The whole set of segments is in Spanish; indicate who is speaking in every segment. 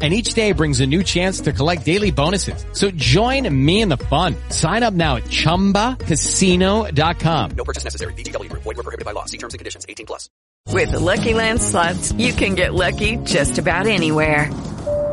Speaker 1: and each day brings a new chance to collect daily bonuses. So join me in the fun. Sign up now at ChumbaCasino.com.
Speaker 2: No purchase necessary. VGW Group. Void were prohibited by law. See terms and conditions. 18 plus.
Speaker 3: With the Lucky Land slots, you can get lucky just about anywhere.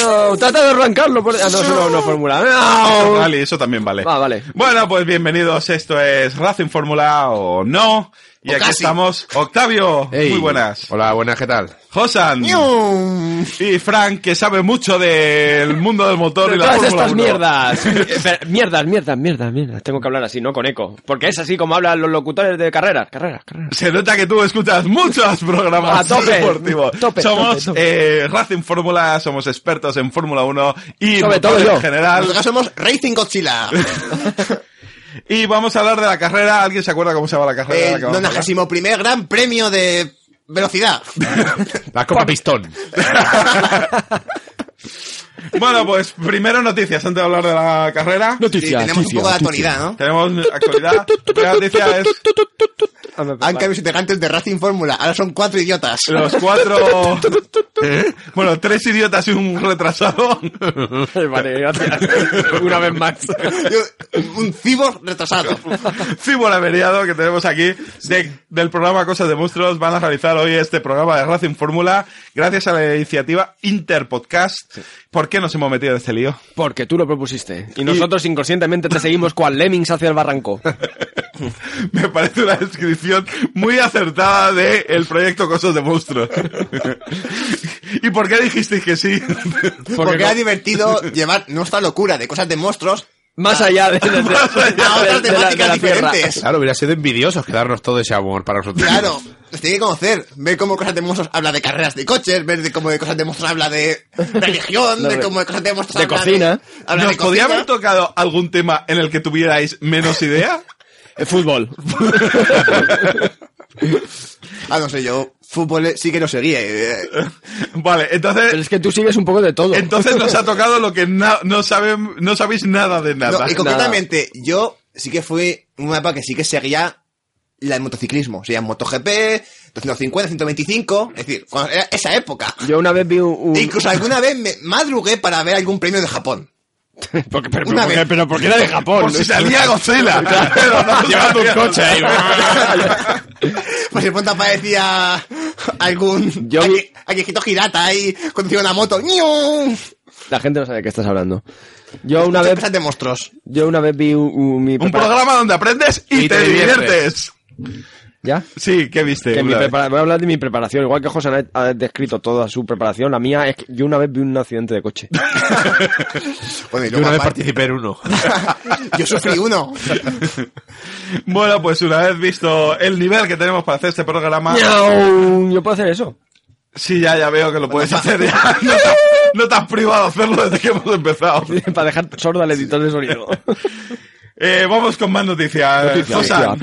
Speaker 4: No, trata de arrancarlo. Por... Ah, no, eso no, no fórmula.
Speaker 5: Eso
Speaker 4: No.
Speaker 5: Vale, eso también vale.
Speaker 4: Ah, vale.
Speaker 5: Bueno, pues bienvenidos. Esto es Racing Fórmula o no. Y
Speaker 6: O
Speaker 5: aquí
Speaker 6: casi.
Speaker 5: estamos Octavio. Muy buenas.
Speaker 6: Hola, buenas, ¿qué tal?
Speaker 5: Josan. Y Frank, que sabe mucho del mundo del motor y la
Speaker 4: Todas
Speaker 5: Fórmula
Speaker 4: estas
Speaker 5: 1.
Speaker 4: mierdas. Eh, espera, Mierdas, mierdas, mierdas, mierdas. Tengo que hablar así, no con eco. Porque es así como hablan los locutores de carreras. Carreras, carreras.
Speaker 5: Se nota que tú escuchas muchos programas
Speaker 4: A tope,
Speaker 5: deportivos.
Speaker 4: tope,
Speaker 5: somos
Speaker 4: tope,
Speaker 5: eh, Racing Fórmula, somos expertos en Fórmula 1 y
Speaker 4: Sobre todo
Speaker 5: motores
Speaker 4: yo.
Speaker 5: en general.
Speaker 6: Nosotros somos Racing Godzilla.
Speaker 5: Y vamos a hablar de la carrera. ¿Alguien se acuerda cómo se llama la carrera?
Speaker 4: Eh,
Speaker 5: de la
Speaker 6: El
Speaker 5: que vamos a hablar?
Speaker 6: 91 primer gran premio de velocidad.
Speaker 7: La Copa Pistón.
Speaker 5: Bueno, pues primero noticias antes de hablar de la carrera.
Speaker 6: Sí, tenemos un poco de actualidad, ¿no?
Speaker 5: Tenemos actualidad. La noticia es
Speaker 4: Ah, me-
Speaker 6: Han cambiado los integrantes de Racing Fórmula. Ahora son cuatro idiotas.
Speaker 5: los cuatro. ¿Eh? Bueno, tres idiotas y un retrasado.
Speaker 4: Vale, gracias. Una vez más.
Speaker 6: un cibor retrasado.
Speaker 5: Cibor averiado que tenemos aquí de- del programa Cosas de Monstruos. Van a realizar hoy este programa de Racing Fórmula gracias a la iniciativa Interpodcast. ¿Por qué nos hemos metido en este lío?
Speaker 4: Porque tú lo propusiste. Y nosotros inconscientemente te seguimos cual lemmings hacia el barranco.
Speaker 5: Me parece una descripción muy acertada de el proyecto Cosas de Monstruos. ¿Y por qué dijisteis que sí?
Speaker 6: Porque,
Speaker 4: Porque
Speaker 6: era
Speaker 4: con-
Speaker 6: divertido llevar nuestra locura de cosas de monstruos
Speaker 4: Más allá de, de- de-
Speaker 6: a otras
Speaker 4: de la- de
Speaker 6: temáticas
Speaker 4: la tierra.
Speaker 6: diferentes.
Speaker 7: Claro, hubiera sido envidiosos quedarnos todo ese amor para nosotros.
Speaker 6: Claro, los tiene que conocer. Ver cómo cosas de monstruos habla de carreras de coches, ver de cómo de cosas de monstruos habla de religión,
Speaker 4: No,
Speaker 6: de
Speaker 4: de-
Speaker 6: cómo de cosas de monstruos
Speaker 4: de
Speaker 6: habla
Speaker 4: cocina.
Speaker 6: de- habla
Speaker 5: ¿Nos
Speaker 6: de cocina.
Speaker 5: podía haber tocado algún tema en el que tuvierais menos idea?
Speaker 4: Eh, Fútbol.
Speaker 6: Ah, no sé, yo fútbol sí que lo seguía. eh.
Speaker 5: Vale,
Speaker 4: Pero
Speaker 5: entonces,
Speaker 4: es que tú sigues un poco de todo.
Speaker 5: entonces nos ha tocado lo que na- no, saben, no sabéis nada de
Speaker 6: No,
Speaker 5: nada.
Speaker 6: y concretamente, yo sí que fui en una época que sí que seguía la del motociclismo. O sea, MotoGP, 250, 125, es decir, cuando era esa época.
Speaker 4: Yo una vez vi un... un-
Speaker 6: E incluso alguna vez me madrugué para ver algún premio de Japón.
Speaker 4: Porque- pero,
Speaker 6: una
Speaker 4: porque-
Speaker 6: vez.
Speaker 4: pero porque era de Japón.
Speaker 5: Por si salía Godzilla. Pero no
Speaker 7: Llevando un
Speaker 5: sabía.
Speaker 7: coche ahí.
Speaker 6: Pues de pronto aparecía algún...
Speaker 4: Yo vi-
Speaker 6: aquí- Akihito Hirata ahí, conduciendo una moto. ¡Niu!
Speaker 4: La gente no sabe de qué estás hablando. Yo una
Speaker 6: Muchas
Speaker 4: vez,
Speaker 6: cosas de monstruos.
Speaker 4: yo una vez vi un, un- mi
Speaker 5: Un
Speaker 4: prepara-
Speaker 5: programa donde aprendes y,
Speaker 7: Y
Speaker 5: te,
Speaker 7: te
Speaker 5: diviertes.
Speaker 4: ¿Ya?
Speaker 5: Sí, ¿qué viste?
Speaker 4: Que mi
Speaker 5: Una vez.
Speaker 4: prepara- Voy a hablar de mi preparación. Igual que José ha, ha descrito toda su preparación, la mía es que yo una vez vi un accidente de coche.
Speaker 6: Bueno, y
Speaker 7: Yo
Speaker 6: luego
Speaker 7: una vez
Speaker 6: aparte-
Speaker 7: participé en uno.
Speaker 6: yo sufrí uno.
Speaker 5: Bueno, pues una vez visto el nivel que tenemos para hacer este programa,
Speaker 4: ¡Miau! yo puedo hacer eso.
Speaker 5: sí, ya, ya veo que lo puedes hacer ya. No, te- no te has privado de hacerlo desde que hemos empezado.
Speaker 4: Para dejar sordo al editor de sonido.
Speaker 5: Eh, vamos con más noticias. Susan.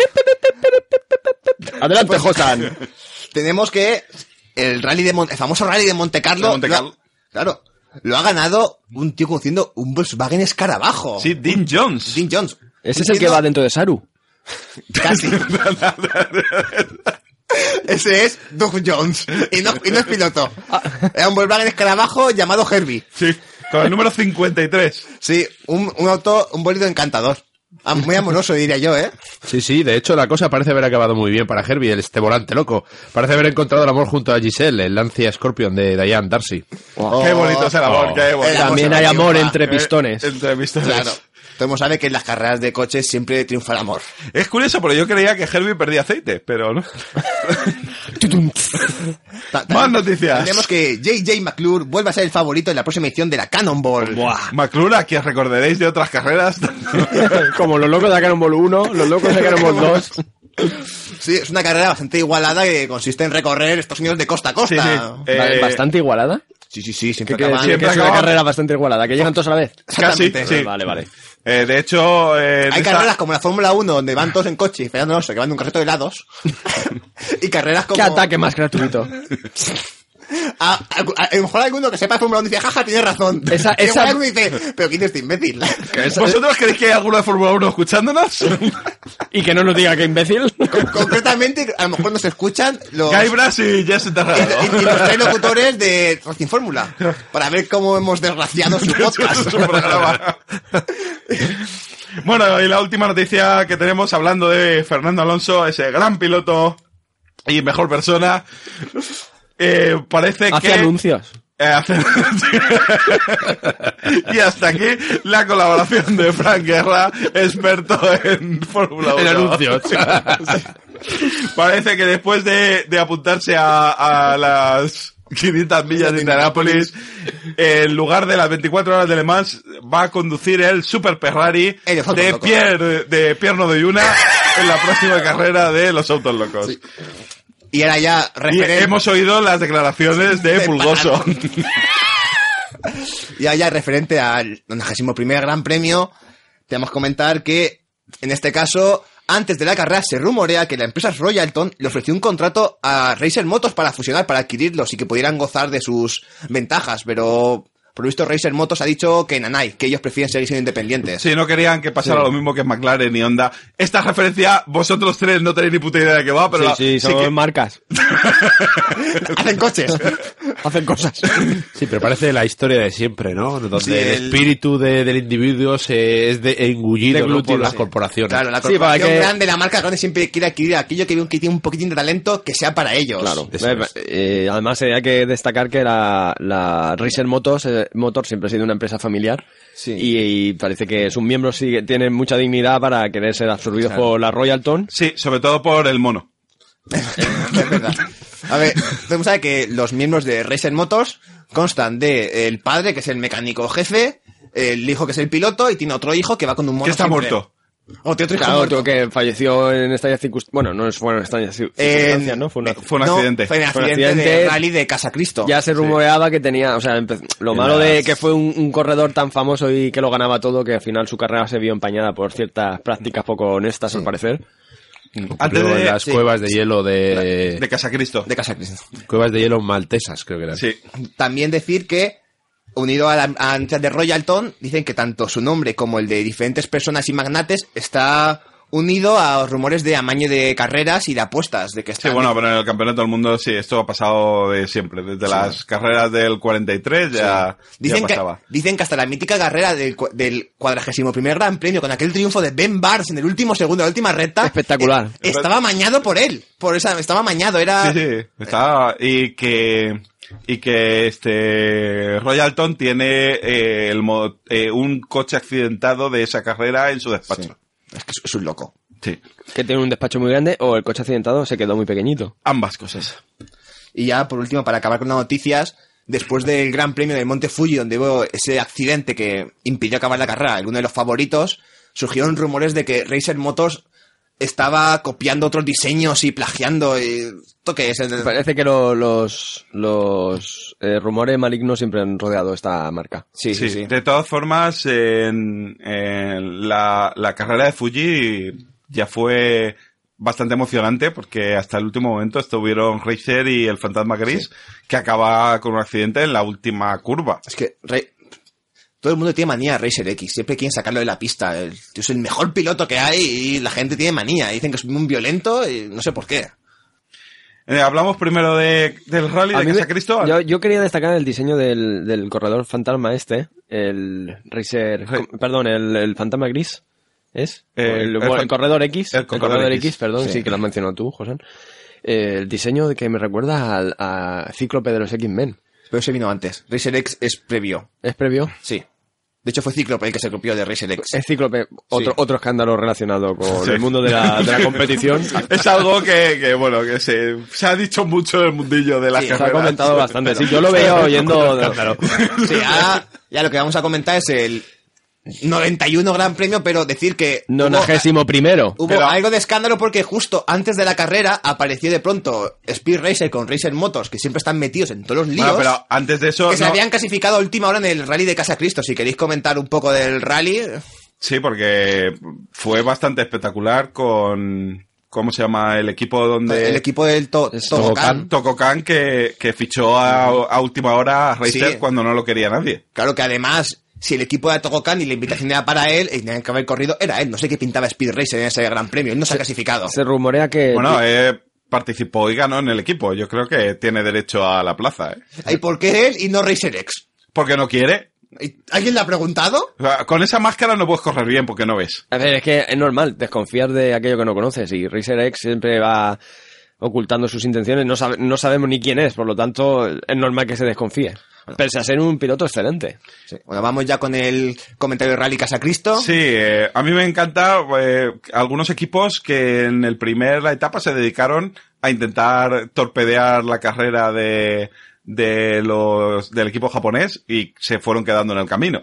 Speaker 4: Adelante, José.
Speaker 6: Pues- Tenemos que el rally de Mon- el famoso rally de Monte Carlo.
Speaker 5: De Monte
Speaker 6: lo ha-
Speaker 5: Carlo.
Speaker 6: claro, lo ha ganado un tío conduciendo un Volkswagen Escarabajo.
Speaker 5: Sí, Dean Jones.
Speaker 6: Jim Jones.
Speaker 4: Ese es el que va dentro de Saru.
Speaker 6: Casi. Ese es Doug Jones. Y no, y no es piloto. Era un Volkswagen escarabajo llamado Herbie.
Speaker 5: Sí, con el número 53.
Speaker 6: Sí, un, un auto, un bólido encantador. Ah, Muy amoroso, diría yo, ¿eh?
Speaker 7: Sí, sí, de hecho la cosa parece haber acabado muy bien para Herbie, el- este volante loco. Parece haber encontrado el amor junto a Giselle, el Lancia Scorpion de Diane Darcy.
Speaker 5: qué bonito es el amor, qué bonito.
Speaker 6: Era
Speaker 4: También
Speaker 6: cosa
Speaker 4: hay
Speaker 6: que
Speaker 4: amor
Speaker 6: triunfa.
Speaker 4: entre pistones.
Speaker 5: Eh, entre pistones.
Speaker 6: Claro. Todo el mundo sabe que en las carreras de coches siempre triunfa el amor.
Speaker 5: Es curioso, porque yo creía que Herbie perdía aceite, pero no.
Speaker 6: Ta- ta-
Speaker 5: Más noticias.
Speaker 6: Tenemos que J.J. McClure vuelve a ser el favorito en la próxima edición de la Cannonball.
Speaker 4: Buah.
Speaker 5: McClure, a quien recordaréis de otras carreras.
Speaker 4: Como los locos de Cannonball 1, los locos de Cannonball 2.
Speaker 6: Sí, es una carrera bastante igualada que consiste en recorrer Estados Unidos de costa a costa.
Speaker 5: Sí, sí. Eh,
Speaker 4: Bastante igualada.
Speaker 6: Sí, sí, sí, siempre
Speaker 4: ¿Qué quiere
Speaker 6: acaban-
Speaker 4: decir? Que es una
Speaker 5: acaban-
Speaker 4: carrera bastante igualada, que llegan todos a la vez.
Speaker 5: Casi,
Speaker 6: Exactamente.
Speaker 5: sí.
Speaker 4: Vale, vale.
Speaker 5: Eh, de hecho, eh, en
Speaker 6: Hay
Speaker 5: esta-
Speaker 6: carreras como la Fórmula 1 donde van todos en coche Fernando Alonso que van de un carrito de helados. y carreras como...
Speaker 4: Qué ataque más gratuito.
Speaker 6: A, a- a- a lo mejor alguno que sepa de Fórmula 1 dice, jaja, tienes razón.
Speaker 4: Esa-
Speaker 6: Y
Speaker 4: esa-
Speaker 6: alguno dice, pero ¿quién es este imbécil?
Speaker 5: ¿Vosotros creéis que hay alguno de Fórmula 1 escuchándonos?
Speaker 4: Y que no nos diga que imbécil.
Speaker 6: Con- concretamente, a lo mejor nos escuchan los...
Speaker 5: Guy Brass y Jess
Speaker 6: y-
Speaker 5: Terrado.
Speaker 6: y- y los tres locutores de Racing Fórmula para ver cómo hemos desgraciado su podcast.
Speaker 5: Su programa. bueno, y la última noticia que tenemos hablando de Fernando Alonso, ese gran piloto y mejor persona. eh, parece
Speaker 4: Hace
Speaker 5: que.
Speaker 4: anuncios.
Speaker 5: eh, hace- y hasta aquí la colaboración de Frank Guerra, experto en Fórmula 1.
Speaker 7: En anuncios.
Speaker 5: Parece que después de, de apuntarse a, a las 500 millas de Indianápolis, en lugar de las 24 horas de Le Mans, va a conducir el Super Ferrari
Speaker 6: Eh, los autos
Speaker 5: de,
Speaker 6: locos.
Speaker 5: Pierre, de Pierno de Yuna en la próxima carrera de los autos locos.
Speaker 6: Y ahora ya
Speaker 5: Y
Speaker 6: referente.
Speaker 5: hemos oído las declaraciones de
Speaker 6: De
Speaker 5: Fulgoso.
Speaker 6: Y allá referente al 91 Gran Premio, tenemos que comentar que, en este caso, antes de la carrera se rumorea que la empresa Royalton le ofreció un contrato a Racer Motos para fusionar, para adquirirlos y que pudieran gozar de sus ventajas, pero por lo visto Racer Motos ha dicho que nanay, que ellos prefieren seguir siendo independientes.
Speaker 5: Si no querían que pasara lo mismo que McLaren y Honda. Esta referencia, vosotros tres no tenéis ni puta idea de qué va, pero la-
Speaker 4: sí, sí,
Speaker 5: sí
Speaker 4: son
Speaker 5: que-
Speaker 4: marcas.
Speaker 6: Hacen coches.
Speaker 4: Hacen cosas.
Speaker 7: Sí, pero parece la historia de siempre, ¿no? Donde
Speaker 6: Sí,
Speaker 7: el,
Speaker 6: el-
Speaker 7: espíritu de- del individuo se es de- engullido ¿no?
Speaker 4: Deglutido,
Speaker 7: por las
Speaker 4: sí.
Speaker 7: corporaciones.
Speaker 6: Claro, la
Speaker 4: Sí, para
Speaker 6: corporación
Speaker 4: que-
Speaker 6: grande, la marca grande siempre quiere adquirir aquello que ve que tiene un poquitín de talento que sea para ellos.
Speaker 4: Claro.
Speaker 7: Eso
Speaker 4: Eh,
Speaker 7: es.
Speaker 4: eh, además, eh, hay que destacar que la, la Racer Motors, eh, Motor siempre ha sido una empresa familiar.
Speaker 6: Sí.
Speaker 4: Y, y parece que sus miembros sí que tienen mucha dignidad para querer ser absorbidos por la Royalton.
Speaker 5: Sí, sobre todo por el mono.
Speaker 6: Eh, Es verdad. A ver, tenemos a que los miembros de Racer Motors constan de el padre, que es el mecánico jefe, el hijo que es el piloto, y tiene otro hijo que va con un mono.
Speaker 5: Que está
Speaker 6: siempre.
Speaker 5: muerto.
Speaker 6: O tiene otro hijo
Speaker 4: Claro,
Speaker 6: muerto.
Speaker 4: otro que falleció en esta circunstancia. Bueno, no es bueno en esta circunstancia,
Speaker 6: Eh,
Speaker 4: ¿no? Fue una-
Speaker 5: Fue un
Speaker 6: No,
Speaker 5: accidente.
Speaker 6: Fue un
Speaker 4: Fue un
Speaker 6: accidente, de
Speaker 4: accidente.
Speaker 6: rally de Casa Cristo.
Speaker 4: Ya se rumoreaba que tenía, o sea, empe- lo malo de que fue un, un corredor tan famoso y que lo ganaba todo que al final su carrera se vio empañada por ciertas prácticas poco honestas al parecer.
Speaker 5: Antes
Speaker 7: Creo
Speaker 5: de-
Speaker 7: en las
Speaker 5: sí.
Speaker 7: cuevas de hielo de,
Speaker 5: De Casa Cristo.
Speaker 6: De Casa Cristo.
Speaker 7: cuevas de hielo maltesas, creo que eran.
Speaker 5: Sí.
Speaker 6: También decir que, unido a la a la anuncia de Royalton, dicen que tanto su nombre como el de diferentes personas y magnates está unido a rumores de amaño de carreras y de apuestas. De que
Speaker 5: Sí,
Speaker 6: están
Speaker 5: bueno, pero en el campeonato del mundo sí, esto ha pasado de siempre. Desde las carreras del 43 ya, ya
Speaker 6: Dicen que,
Speaker 5: pasaba.
Speaker 6: dicen que hasta la mítica carrera del, cua- del cuadragésimo primer Gran Premio, con aquel triunfo de Ben Barnes en el último segundo, la última recta.
Speaker 4: Espectacular.
Speaker 6: eh, estaba mañado por él. Por esa, estaba mañado, era.
Speaker 5: Sí, sí, está. Y que, y que este Royalton tiene eh, el mo- eh, un coche accidentado de esa carrera en su despacho.
Speaker 6: Es que es- es un loco.
Speaker 5: Sí.
Speaker 4: Que tiene un despacho muy grande o el coche accidentado se quedó muy pequeñito.
Speaker 5: Ambas cosas.
Speaker 6: Y ya, por último, para acabar con las noticias, después del Gran Premio del Monte Fuji, donde hubo ese accidente que impidió acabar la carrera, alguno de los favoritos, surgieron rumores de que Racer Motors estaba copiando otros diseños y plagiando. Y... ¿Esto qué es?
Speaker 4: Parece que lo- los, los eh, rumores malignos siempre han rodeado esta marca.
Speaker 5: Sí, De todas formas, en, en la, la carrera de Fuji ya fue bastante emocionante porque hasta el último momento estuvieron Racer y el fantasma gris que acaba con un accidente en la última curva.
Speaker 6: Es que Rey- todo el mundo tiene manía a Racer X. Siempre quieren sacarlo de la pista. El tío es el mejor piloto que hay y la gente tiene manía. Dicen que es un violento y no sé por qué.
Speaker 5: Eh, hablamos primero de, del rally
Speaker 4: A
Speaker 5: de
Speaker 4: mí
Speaker 5: Casa
Speaker 4: me-
Speaker 5: Cristóbal.
Speaker 4: Yo, yo quería destacar el diseño del, del corredor fantasma este, el Racer,
Speaker 5: Sí.
Speaker 4: com- perdón, el, el fantasma gris, ¿es?
Speaker 5: Eh,
Speaker 4: O el,
Speaker 5: el
Speaker 4: bueno, el
Speaker 5: fan-
Speaker 4: corredor X,
Speaker 5: el
Speaker 4: el corredor, X, perdón,
Speaker 5: sí.
Speaker 4: sí. que lo has mencionado tú, José. Eh, el diseño de que me recuerda al a Cíclope de los X-Men.
Speaker 6: Pero ese vino antes. Racer X es previo.
Speaker 4: ¿Es previo?
Speaker 6: Sí. De hecho, fue Cíclope el que se copió de Racer X.
Speaker 4: Es Cíclope, otro,
Speaker 6: Sí.
Speaker 4: otro escándalo relacionado con
Speaker 5: Sí.
Speaker 4: el mundo de la, de la competición. Se
Speaker 5: Es algo que, que, bueno, que se, se ha dicho mucho en el mundillo de la
Speaker 6: Sí, se ha
Speaker 4: ha
Speaker 5: carrera.
Speaker 4: comentado bastante, sí, yo lo veía oyendo...
Speaker 6: Sí, ahora ya lo que vamos a comentar es el 91 Gran Premio, pero decir que hubo-
Speaker 4: Nonagésimo primero.
Speaker 6: Hubo
Speaker 5: Pero-
Speaker 6: algo de escándalo porque justo antes de la carrera apareció de pronto Speed Racer con Racer Motors, que siempre están metidos en todos los líos.
Speaker 5: Bueno, pero antes de eso.
Speaker 6: que se
Speaker 5: no-
Speaker 6: habían clasificado a última hora en el rally de Casa Cristo. Si queréis comentar un poco del rally,
Speaker 5: Sí, porque fue bastante espectacular con. ¿Cómo se llama? El equipo donde.
Speaker 6: el equipo del to
Speaker 4: Es
Speaker 6: Tobogán,
Speaker 5: Tococan que, que fichó a, a última hora a Racer
Speaker 6: Sí.
Speaker 5: cuando no lo quería nadie.
Speaker 6: claro que además, si el equipo de Tobogán y la invitación era para él, y tenía que haber corrido, era él. No sé qué pintaba Speed Racer en ese gran premio, él no se ha clasificado.
Speaker 4: Se rumorea que...
Speaker 5: Bueno, eh, participó y ganó en el equipo. Yo creo que tiene derecho a la plaza, ¿eh?
Speaker 6: ¿Y por qué él y no Racer X?
Speaker 5: Porque no quiere.
Speaker 6: ¿Y- ¿Alguien le ha preguntado?
Speaker 5: O sea, con esa máscara no puedes correr bien porque no ves.
Speaker 4: A ver, es que es normal desconfiar de aquello que no conoces y Racer X siempre va ocultando sus intenciones, no, sabe- no sabemos ni quién es, por lo tanto es normal que se desconfíe. Pese a ser un piloto excelente.
Speaker 6: Bueno, vamos ya con el comentario de Rally Casa Cristo.
Speaker 5: Sí, eh, a mí me encanta eh, algunos equipos que en el primer la etapa se dedicaron a intentar torpedear la carrera de, de los del equipo japonés y se fueron quedando en el camino.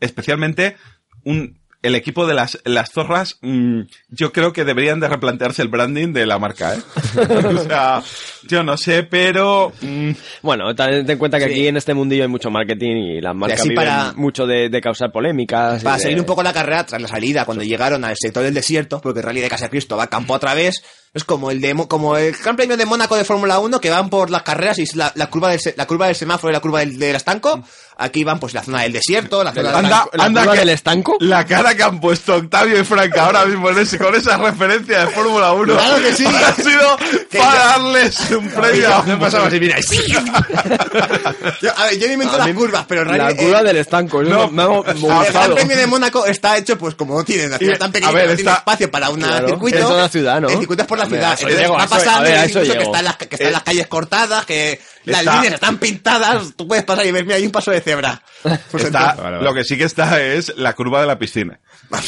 Speaker 5: Especialmente un el equipo de las, las zorras, mm, yo creo que deberían de replantearse el branding de la marca, ¿eh? o sea, yo no sé, pero mm,
Speaker 4: Bueno, ten ten en cuenta que
Speaker 6: Sí.
Speaker 4: aquí en este mundillo hay mucho marketing y las marcas
Speaker 6: así
Speaker 4: viven
Speaker 6: para-
Speaker 4: mucho de, de causar polémicas. y
Speaker 6: Para
Speaker 4: de-
Speaker 6: seguir un poco la carrera tras la salida, cuando llegaron al sector del desierto, porque el rally de Casa Cristo va a campo otra vez, es como el de, Mo- como el Gran Premio de Mónaco de Fórmula 1, que van por las carreras y es la, la curva, del, se- la curva del semáforo y la curva del, del
Speaker 4: Mm.
Speaker 6: estanco, aquí van pues la zona del desierto, la zona de
Speaker 5: anda,
Speaker 4: la
Speaker 5: anda
Speaker 4: curva
Speaker 5: que-
Speaker 4: del estanco?
Speaker 5: La cara que han puesto Octavio y Franca ahora mismo en ese- con esa referencia de Fórmula 1
Speaker 6: Claro que sí.
Speaker 5: ha sido
Speaker 6: Que
Speaker 5: para
Speaker 6: yo-
Speaker 5: darles un premio.
Speaker 6: Me pasaba así, mira, y sí. Yo- a ver, yo me invento las curvas, pero el rally...
Speaker 4: La
Speaker 6: eh,
Speaker 4: curva del estanco, yo
Speaker 5: No.
Speaker 4: me hago
Speaker 6: el Gran
Speaker 4: bozado.
Speaker 6: Premio de Mónaco está hecho pues como no tiene una ciudad
Speaker 5: Y-
Speaker 6: tan
Speaker 5: a
Speaker 6: pequeña,
Speaker 5: ver,
Speaker 6: no tiene
Speaker 5: está-
Speaker 6: espacio para un
Speaker 4: Claro.
Speaker 6: circuito.
Speaker 4: Es una ciudad, ¿no?
Speaker 6: El circuito es por la
Speaker 4: Hombre,
Speaker 6: ciudad.
Speaker 4: a eso
Speaker 6: Entonces,
Speaker 4: llego, a
Speaker 6: va
Speaker 4: eso- a
Speaker 6: pasando
Speaker 4: ver, a
Speaker 6: y
Speaker 4: eso
Speaker 6: incluso que
Speaker 4: llego.
Speaker 6: están las, que están
Speaker 5: Eh,
Speaker 6: las calles cortadas, que las
Speaker 5: está-
Speaker 6: líneas están pintadas, tú puedes pasar y ver, mira, hay un paso de cebra. Pues
Speaker 5: Está-
Speaker 6: entonces-
Speaker 7: vale.
Speaker 5: Ah, Lo que sí que está es la curva de la piscina.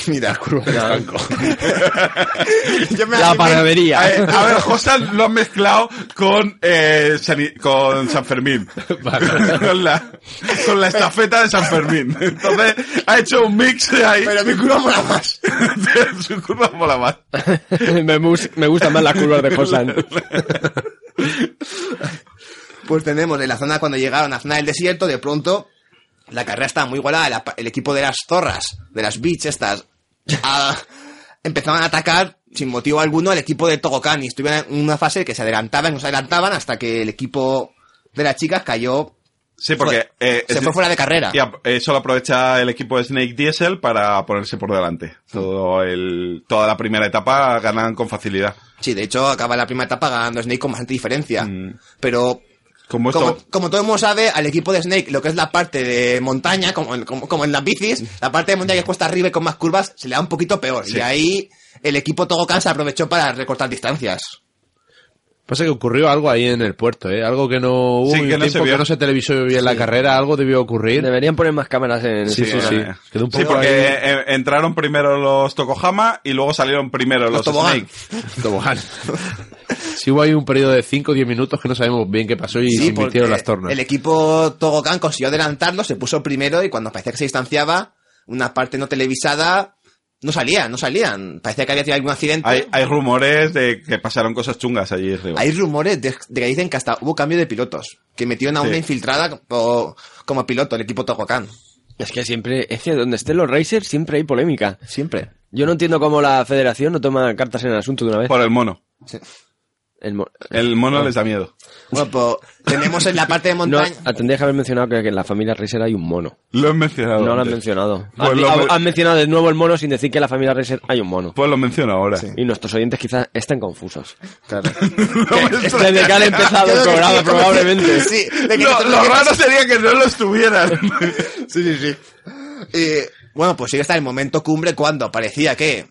Speaker 6: mira, curva del estanco. Yo me-
Speaker 4: La
Speaker 6: me-
Speaker 4: panadería.
Speaker 5: Eh, a ver, José lo han mezclado con, eh, San, con San Fermín. con, la, con la estafeta de San Fermín. Entonces, ha hecho un mix ahí.
Speaker 6: Pero mi curva mola más.
Speaker 5: Su curva mola más.
Speaker 4: me, mus- me gustan más las curvas de Josan.
Speaker 6: Pues tenemos en la zona, cuando llegaron a la zona del desierto, de pronto la carrera estaba muy igualada. la pa- el equipo de las zorras, de las beach estas, a- empezaban a atacar sin motivo alguno al equipo de Togokan. Y estuvieron en una fase que se adelantaban, nos adelantaban hasta que el equipo de las chicas cayó.
Speaker 5: Sí, porque...
Speaker 6: fue-
Speaker 5: eh,
Speaker 6: se
Speaker 5: es-
Speaker 6: fue fuera de carrera.
Speaker 5: Y a- eso lo aprovecha el equipo de Snake Diesel para ponerse por delante. Todo el, toda la primera etapa ganan con facilidad.
Speaker 6: Sí, de hecho, acaba la primera etapa ganando Snake con bastante diferencia.
Speaker 5: Mm.
Speaker 6: Pero
Speaker 5: Como esto,
Speaker 6: Como, como todo el mundo sabe, al equipo de Snake, lo que es la parte de montaña, como en, como, como en las bicis, la parte de montaña que es cuesta arriba y con más curvas, se le da un poquito peor.
Speaker 5: Sí.
Speaker 6: Y ahí el equipo Togokan se aprovechó para recortar distancias.
Speaker 7: Pasa que ocurrió algo ahí en el puerto, ¿eh? Algo que no hubo
Speaker 5: Sí,
Speaker 7: un
Speaker 5: que no se
Speaker 7: tiempo
Speaker 5: vio.
Speaker 7: que no se televisó bien la carrera, algo debió ocurrir.
Speaker 4: Deberían poner más cámaras en
Speaker 7: Sí, sí, sí.
Speaker 5: eh,
Speaker 7: Quedó un
Speaker 5: sí,
Speaker 7: poco
Speaker 5: porque
Speaker 7: ahí-
Speaker 5: eh, entraron primero los Tokohama y luego salieron primero los,
Speaker 6: Los tobogán.
Speaker 5: Snake.
Speaker 7: Tobogán. sí hubo ahí un periodo de 5 o 10 minutos que no sabemos bien qué pasó y se
Speaker 6: porque
Speaker 7: invirtieron las tornas.
Speaker 6: el equipo Togokan consiguió adelantarlo, se puso primero y cuando parecía que se distanciaba, una parte no televisada, no salía, no salían. Parecía que había tenido algún accidente.
Speaker 5: Hay,
Speaker 6: Hay,
Speaker 5: hay rumores de que pasaron cosas chungas allí arriba.
Speaker 6: rumores de, de que dicen que hasta hubo cambio de pilotos, que metieron a
Speaker 5: Sí.
Speaker 6: una infiltrada como, como piloto el equipo Togokan.
Speaker 4: Es que siempre, es que donde estén los racers siempre hay polémica.
Speaker 6: Siempre.
Speaker 4: Yo no entiendo cómo la federación no toma cartas en el asunto de una vez.
Speaker 5: Por el mono.
Speaker 4: El mo-
Speaker 5: El mono les da miedo.
Speaker 6: Bueno, pues tenemos en la parte de
Speaker 4: No,
Speaker 6: montaña.
Speaker 4: tendrías que haber mencionado que, que en la familia Racer hay un mono.
Speaker 5: Lo he mencionado.
Speaker 4: No lo han
Speaker 5: antes.
Speaker 4: mencionado.
Speaker 5: Pues
Speaker 4: han,
Speaker 5: lo
Speaker 4: han-
Speaker 5: me-
Speaker 4: han mencionado de nuevo el mono sin decir que en la familia Racer hay un mono.
Speaker 5: Pues lo menciono ahora.
Speaker 4: Y nuestros oyentes quizás estén confusos.
Speaker 6: Claro.
Speaker 5: No
Speaker 6: Pues
Speaker 5: me
Speaker 4: Desde que han empezado el programa, probablemente.
Speaker 6: Sí, de que
Speaker 5: Lo,
Speaker 6: nosotros
Speaker 5: lo
Speaker 6: que-
Speaker 5: raro sería que no lo estuvieran.
Speaker 6: Sí, sí, sí. Eh, bueno, pues sí, está el momento cumbre cuando parecía que